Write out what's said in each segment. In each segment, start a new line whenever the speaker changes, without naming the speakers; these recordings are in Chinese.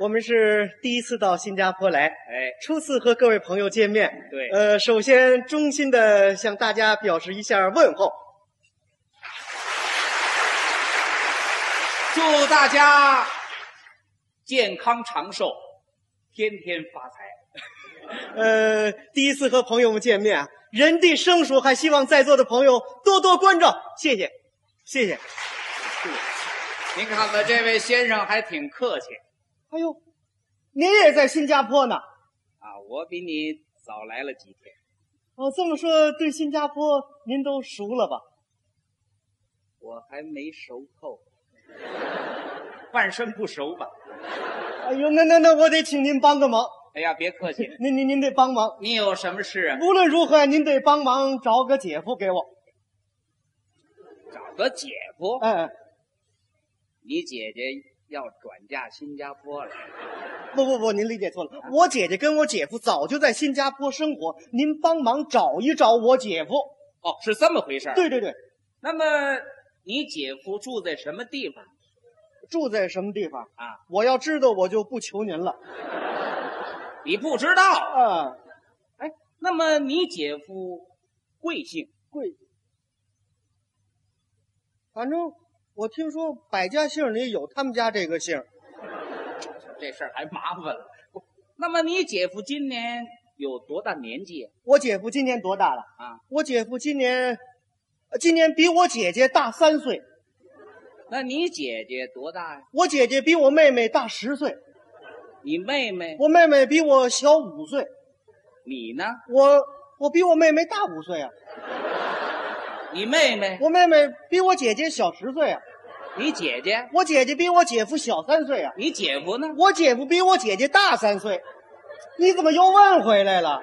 我们是第一次到新加坡来，
哎，
初次和各位朋友见面。
对
呃，首先衷心的向大家表示一下问候。
祝大家健康长寿，天天发财。
呃，第一次和朋友们见面啊，人地生疏，还希望在座的朋友多多关照，谢谢，谢谢。
您看看这位先生还挺客气
哎呦，您也在新加坡呢？
啊，我比你早来了几天，
哦，这么说对新加坡您都熟了吧？
我还没熟 透，半生不熟吧？
哎呦，那那那我得请您帮个忙，
哎呀，别客 气，
您您您得帮忙，
你有什么事啊？
无论如何您得帮忙找个姐夫给我。
找个姐夫，
哎，
你姐姐要转嫁新加坡了。
不不不，您理解错了，我姐姐跟我姐夫早就在新加坡生活，您帮忙找一找我姐夫。
哦，是这么回事儿。
对对对，
那么你姐夫住在什么地方
住在什么地方？
啊？
我要知道，我就不求您了。
你不知道。
啊，
哎，那么你姐夫贵姓？
贵。反正我听说百家姓里有他们家这个姓，
这事儿还麻烦了。不那么你姐夫今年有多大年纪啊
我姐夫今年多大了？
啊？
我姐夫今年，呃今年比我姐姐大三岁，
那你姐姐多大呀、
我姐姐比我妹妹大十岁，
你妹妹？
我妹妹比我小五岁，
你呢？
我我比我妹妹大五岁啊，
你妹妹？
我妹妹比我姐姐小十岁啊，
你姐姐？
我姐姐比我姐夫小三岁啊，
你姐夫呢？
我姐夫比我姐姐大三岁，你怎么又问回来了？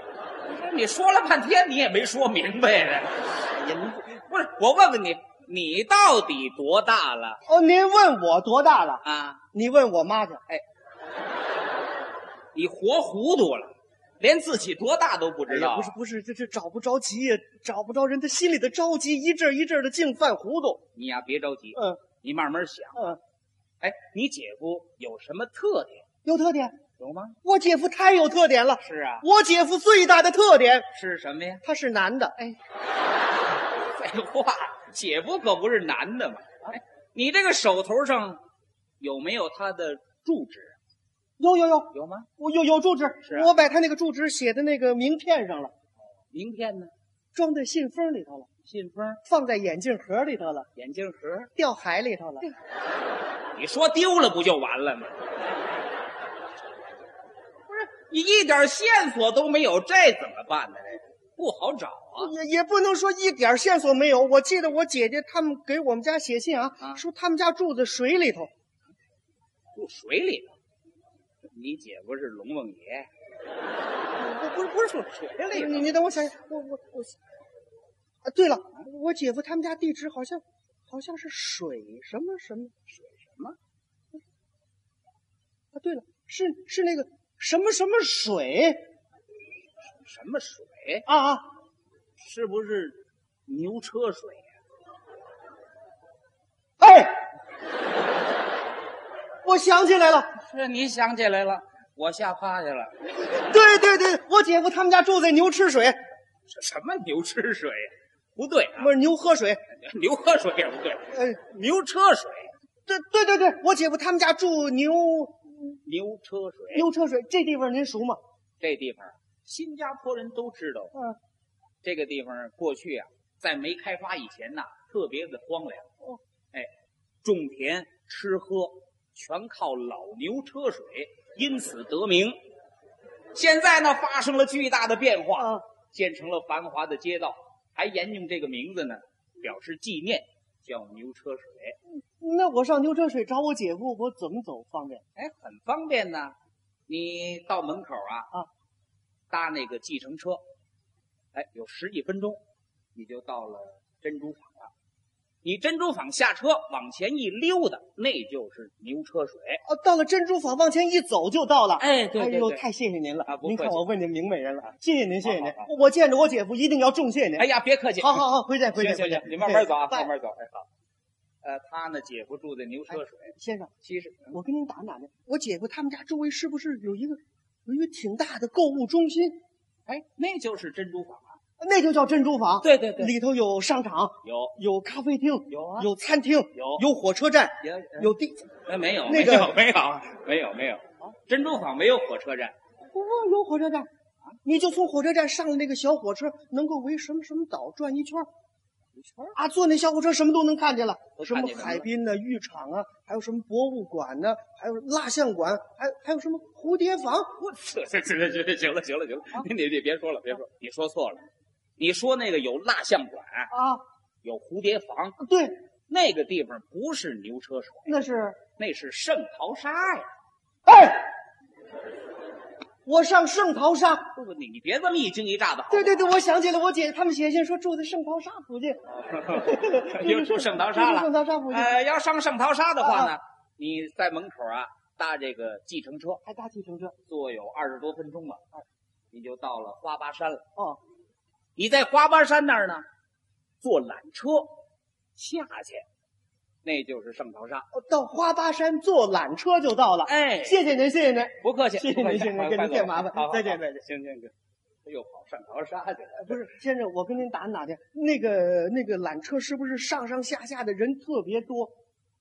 哎你说了半天，你也没说明白呢。不是，我问问你，你到底多大了
哦，您问我多大了？
啊？
你问我妈去。
你活糊涂了，连自己多大都不知道。
哎不是不是，这这找不着急呀，找不着人，他心里的着急一阵儿一阵的净犯糊涂。
你呀、别着急，
嗯
你慢慢想。
嗯，
哎，你姐夫有什么特点？
有特点，
有吗？
我姐夫太有特点了。
是啊，
我姐夫最大的特点，
是什么呀？
他是男的。哎，
废话，姐夫可不是男的嘛。哎，你这个手头上有没有他的住址？
有有有，
有吗？
我有有住址，
是啊
我把他那个住址写在那个名片上了，
名片呢？
装在信封里头了，
信封、
放在眼镜盒里头了，
眼镜盒。
掉海里头了。啊
你说丢了不就完了吗？ 不是，你一点线索都没有，这怎么办呢？这不好找啊！
也也不能说一点线索没有。我记得我姐姐他们给我们家写信啊，
啊
说他们家住在水里头。
住水里头。你姐夫是龙王爷，
不不是不是说
啊水
你你等我想想，我我我，啊，对了，我姐夫他们家地址好像好像是水什么什么水什
么？
啊，对了，是是那个什么什么水
什么水？
啊啊！
是不是牛车水呀、
哎， 我想起来了，
是，你想起来了，我吓趴下了。
对对对，我姐夫他们家住在牛吃水，
这什么牛吃水呀？不对啊，
不是牛喝水。
牛喝水也不对，
呃，
牛车水，
对对对对，我姐夫他们家住牛
牛车水。
牛车水，这地方您熟吗？
这地方，新加坡人都知道。
嗯，
这个地方过去啊，在没开发以前呐、特别的荒凉。
哦，
哎，种田吃喝全靠老牛车水，因此得名。现在呢，发生了巨大的变化。
啊，
建成了繁华的街道，还沿用这个名字呢，表示纪念，叫牛车水。
那我上牛车水找我姐夫，我怎么走方便？
哎，很方便呢。你到门口啊，
啊
搭那个计程车，哎，有十几分钟，你就到了珍珠坊了。你珍珠坊下车，往前一溜达，那就是牛车水。
哦，到了珍珠坊往前一走就到了。
哎，对
哎
对
呦，
对。
太谢谢您了！
啊不
您
客
看
气
我问您明白人了，谢谢您，谢谢您
好好。
我见着我姐夫一定要重谢您
哎。呀，别客气。
好好好，回见回见
行行
回
行
见，，
你慢慢走啊，
拜哎
慢慢走。哎，好。呃，呃，他呢，姐夫住在牛车水，嗯
先生，
其实
我跟您打听打听，我姐夫他们家周围是不是有一个有一个挺大的购物中心？
哎，那就是珍珠坊啊。
那就叫珍珠坊。
对对对，
里头有商场，
有
有咖啡厅，
有啊，
有餐厅，
有
有火车站，
有
有地。
哎，没有，
那
没
个
有，没有，没有，没有。珍珠坊没有火车站，
哦，有火车站。你就从火车站上了那个小火车，能够围什么什么岛转一圈儿
一圈儿
啊！坐那小火车什么都能看见了，
都
什
看
么
见什么
海滨呢、浴场啊，还有什么博物馆呢、还有蜡像馆，还还有什么蝴蝶房。
我这这这这这行了行了行了，你你别说了别说了，你说错了，你说那个有蜡像馆，
啊，
有蝴蝶房，
对，
那个地方不是牛车水，
那是。
那是圣淘沙呀。
哎，我上圣淘沙。
不不，你你别这么一惊一乍的，好
对对对，我想起来，我姐他们写信说住在圣淘沙附近，
吧，又出圣淘沙
住在圣淘
了。
沙附近，
呃，要上圣淘沙的话
啊
呢，你在门口啊搭这个计程车，
还搭计程车。
坐有二十多分钟吧，你就到了花巴山了。
哦，
你在花巴山那儿呢，坐缆车下去，那就是圣淘沙。
到花巴山坐缆车就到了。
哎，
谢谢您，谢谢您。呃
不客气，
谢谢您
不客气
谢谢您
快
给您
快走
添麻烦
好好
再见
好
再见
行行行，又跑圣淘沙去了。
不是，先生，我跟您打听打听，那个那个缆车是不是上上下下的人特别多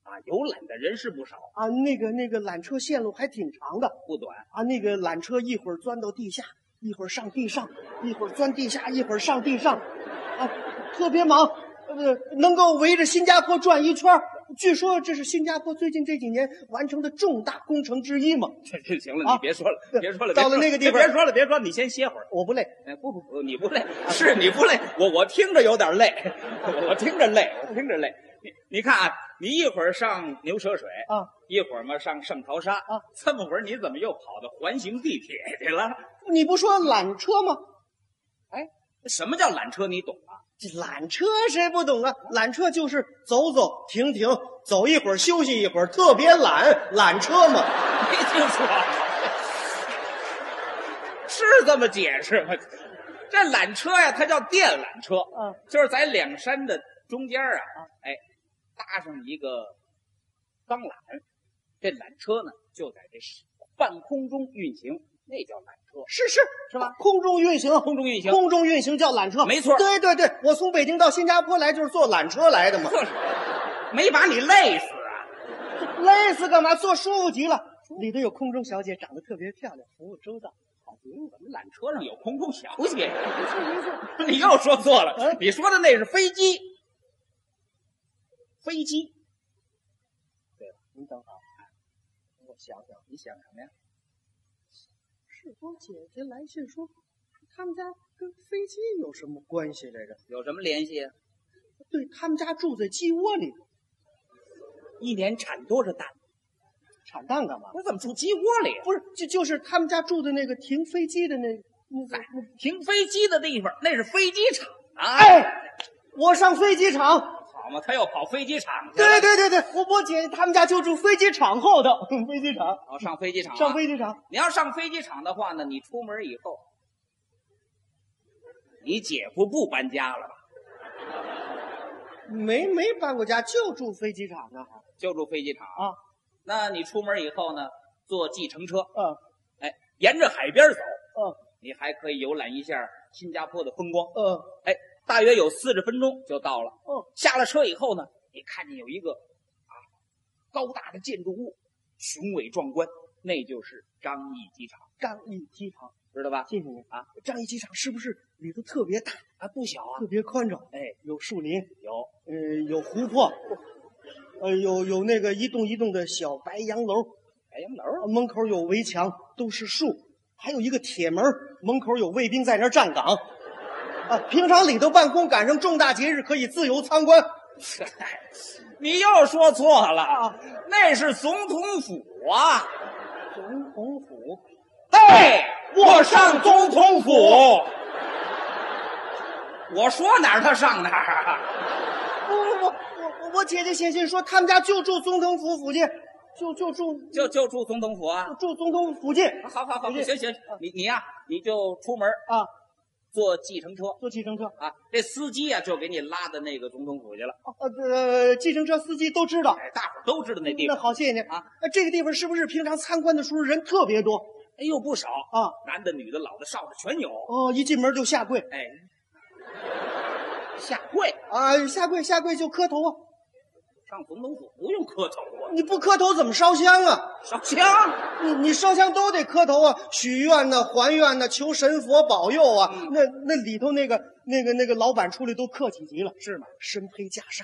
啊，游览的人是不少，
啊？那个那个缆车线路还挺长的
不短。
啊。那个缆车一会儿钻到地下，一会儿上地上，一会儿钻地下，一会儿上地上，啊，特别忙。呃，能够围着新加坡转一圈儿，据说这是新加坡最近这几年完成的重大工程之一嘛。
这这行了，
啊
你别说了，别说了，
到了
别说
那个地方
别说了，别说了，你先歇会儿。
我不累，
哎，不不不，你不 累，是你不累，我我听着有点累，我听着累，我听着累。你你看啊，你一会儿上牛车水
啊，
一会儿嘛上圣淘沙
啊，
这么会儿你怎么又跑到环形地铁去了？
你不说缆车吗？
什么叫缆车？你懂啊吗？
这缆车谁不懂啊？缆车就是走走停停，走一会儿休息一会儿，特别懒，缆车嘛。
没听说，是这么解释吗？这缆车呀，它叫电缆车，
嗯，
就是在两山的中间啊，哎，搭上一个钢缆，这缆车呢就在这半空中运行，那叫缆车，
是是是吧？空中运行，
空中运行。
空中运行叫缆车，
没错
对对对，我从北京到新加坡来就是坐缆车来的 嘛，
就是 没把你累死啊！
累死干嘛？坐舒服极了。里头有空中小姐，长得特别漂亮，服务周到。
好极了，怎么缆车上有空中小姐？ 你又说错了
嗯，
你说的那是飞机，飞机。
您等会儿啊，我想想，
你想什么呀？
世芳姐姐来信说，他们家跟飞机有什么关系来着？
有什么联系啊？
对他们家住在鸡窝里，
一年产多少蛋？
产蛋干嘛？
我怎么住鸡窝里、啊？
不是，就就是他们家住的那个停飞机的那那个。
停飞机的地方，那是飞机场啊！，
哎，我上飞机场。
好嘛，他又跑飞机场去
对
了。
对对对，我我姐他们家就住飞机场后头， 飞机场
哦，上飞机场、
上。飞机场。
你要上飞机场的话呢，你出门以后，你姐夫不搬家了吧？
没没搬过家，就住飞机场呢。
就住飞机场
啊。
那你出门以后呢，坐计程车，
嗯
哎，沿着海边走，
嗯
你还可以游览一下新加坡的风光。
嗯
哎，大约有四十分钟就到了。
嗯，
下了车以后呢，你看见有一个啊高大的建筑物，雄伟壮观，那就是张掖机场，
张掖机场，
知道吧？
谢谢您
啊。
张掖机场是不是里头特别大，
啊，不小啊
特，别宽敞？
哎，
有树林，
有
呃，有湖泊，呃，有有那个一栋一栋的小白洋楼。
白杨楼，
门口有围墙，都是树，还有一个铁门，门口有卫兵在那儿站岗。啊，平常里头办公，赶上重大节日可以自由参观。
你又说错了，
啊
那是总统府啊！
总统府，
哎，我上总统 府，我说哪儿他上哪儿啊？
不不不，我我姐姐写信说他们家就住总统府附近，就就住
就就住总统府啊！
住总统府附近。
好好好，
不是
行行，你你呀、你就出门
啊，
坐计程车
坐计程车。
啊，这司机啊就给你拉到那个总统府去了。
哦呃，计程车司机都知道。
哎，大伙儿都知道那地
那
方，
好，谢谢您
啊。
呃这个地方是不是平常参观的时候人特别多
哎呦不少，
啊？
男的、女的、老的、少的全有。
哦，一进门就下跪
哎，下跪
啊，下跪下跪就磕头啊！
上总统府不用磕头啊，
你不磕头怎么烧香啊？
烧香。
你你烧香都得磕头啊，许愿呐、还愿呐、求神佛保佑啊。
嗯
那那里头那个那个那个老板出来都客气极了，
是吗？
身披袈裟，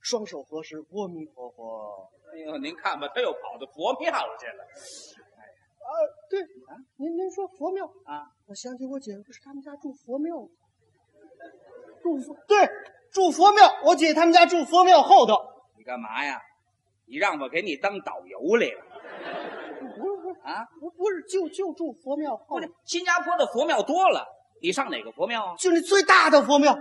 双手合十，阿弥陀佛。
哎呦，您看吧，他又跑到佛庙去了
啊，对，您您说佛庙，
啊！
我想起我姐夫是他们家住佛庙，住佛对住佛庙，我姐他们家住佛庙后头。
你干嘛呀？你让我给你当导游来了
不是不是
啊？
不不是，就就住佛庙后
不
头
是，，新加坡的佛庙多了，你上哪个佛庙啊？
就那最大的佛庙，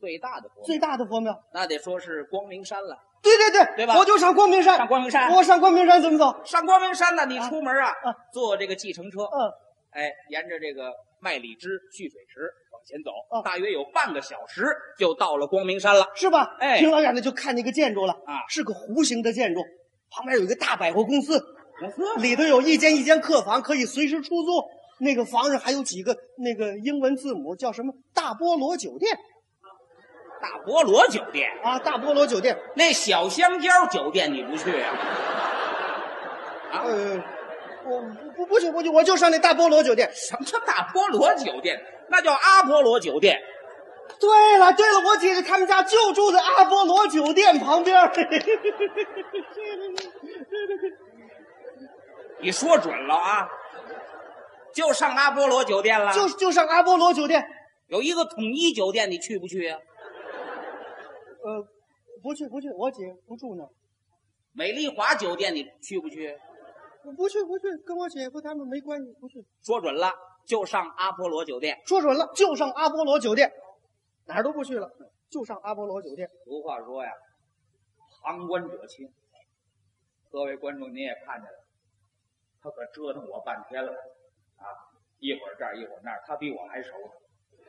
最大的佛
最
庙，
大的佛庙。
那得说是光明山了。
对对对，
对吧
我就上光明山，
上光明山
我上光明山怎么走？
上光明山呢，你
啊
出门啊，
啊
坐这个计程车，
嗯，
哎，沿着这个麦里支蓄水池往前走，
啊
大约有半个小时就到了光明山了。
是吧？
哎
挺老远的就看见个建筑了
啊
是个弧形的建筑，旁边有一个大百货公司，
我呵
里头有一间一间客房，可以随时出租。那个房上还有几个那个英文字母，叫什么大菠萝酒店
大菠萝酒店，
啊？大菠萝酒店，
那小香蕉酒店你不去啊？ 啊，
呃，我不不去不去，我就上那大菠萝酒店。
什么叫大菠萝酒店？那叫阿波罗酒店。
对了对了，我姐姐他们家就住在阿波罗酒店旁边儿。
你说准了啊，就上阿波罗酒店了。
就就上阿波罗酒店，
有一个统一酒店，你去不去啊？
呃，不去不去，我姐不住那儿，
美丽华酒店你去不去？
不去不去，跟我姐夫他们没关系，不去。
说准了，就上阿波罗酒店。
说准了，就上阿波罗酒店，哪儿都不去了，就上阿波罗酒店。
俗话说呀，旁观者清。各位观众您也看见了，他可折腾我半天了啊！一会儿这儿一会儿那儿，他比我还熟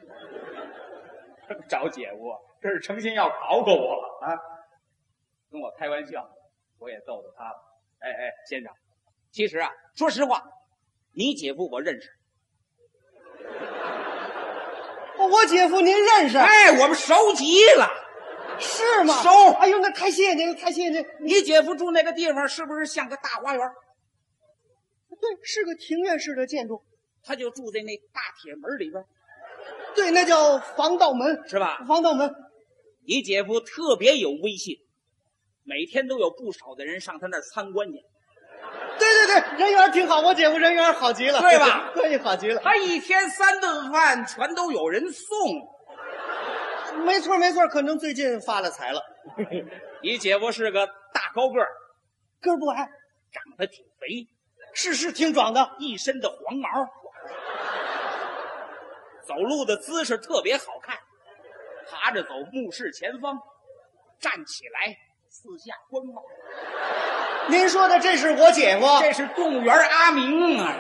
呢。 找姐夫，这是诚心要考考我啊！跟我开玩笑，我也逗逗他吧。哎哎，先生，其实啊，说实话，你姐夫我认识，
哦我姐夫您认识、
哎，我们熟极了。
是吗？
收
哎呦，那太谢谢您了，太谢谢您。
你姐夫住那个地方是不是像个大花园？
对，是个庭院式的建筑，
他就住在那大铁门里边，
对，那叫防盗门，
是吧？
防盗门。
你姐夫特别有威信，每天都有不少的人上他那儿参观去。
对对对，人缘挺好，我姐夫人缘好极了，
对 吧？
对，好极了。
他一天三顿饭全都有人送。
没错没错，可能最近发了财了，
你姐夫是个大高个儿，
个儿不矮，
长得挺肥，
是是挺壮的。
一身的黄毛，走路的姿势特别好看，爬着走，目视前方，站起来四下观望。
您说的这是我姐夫，
这是动物园阿明啊！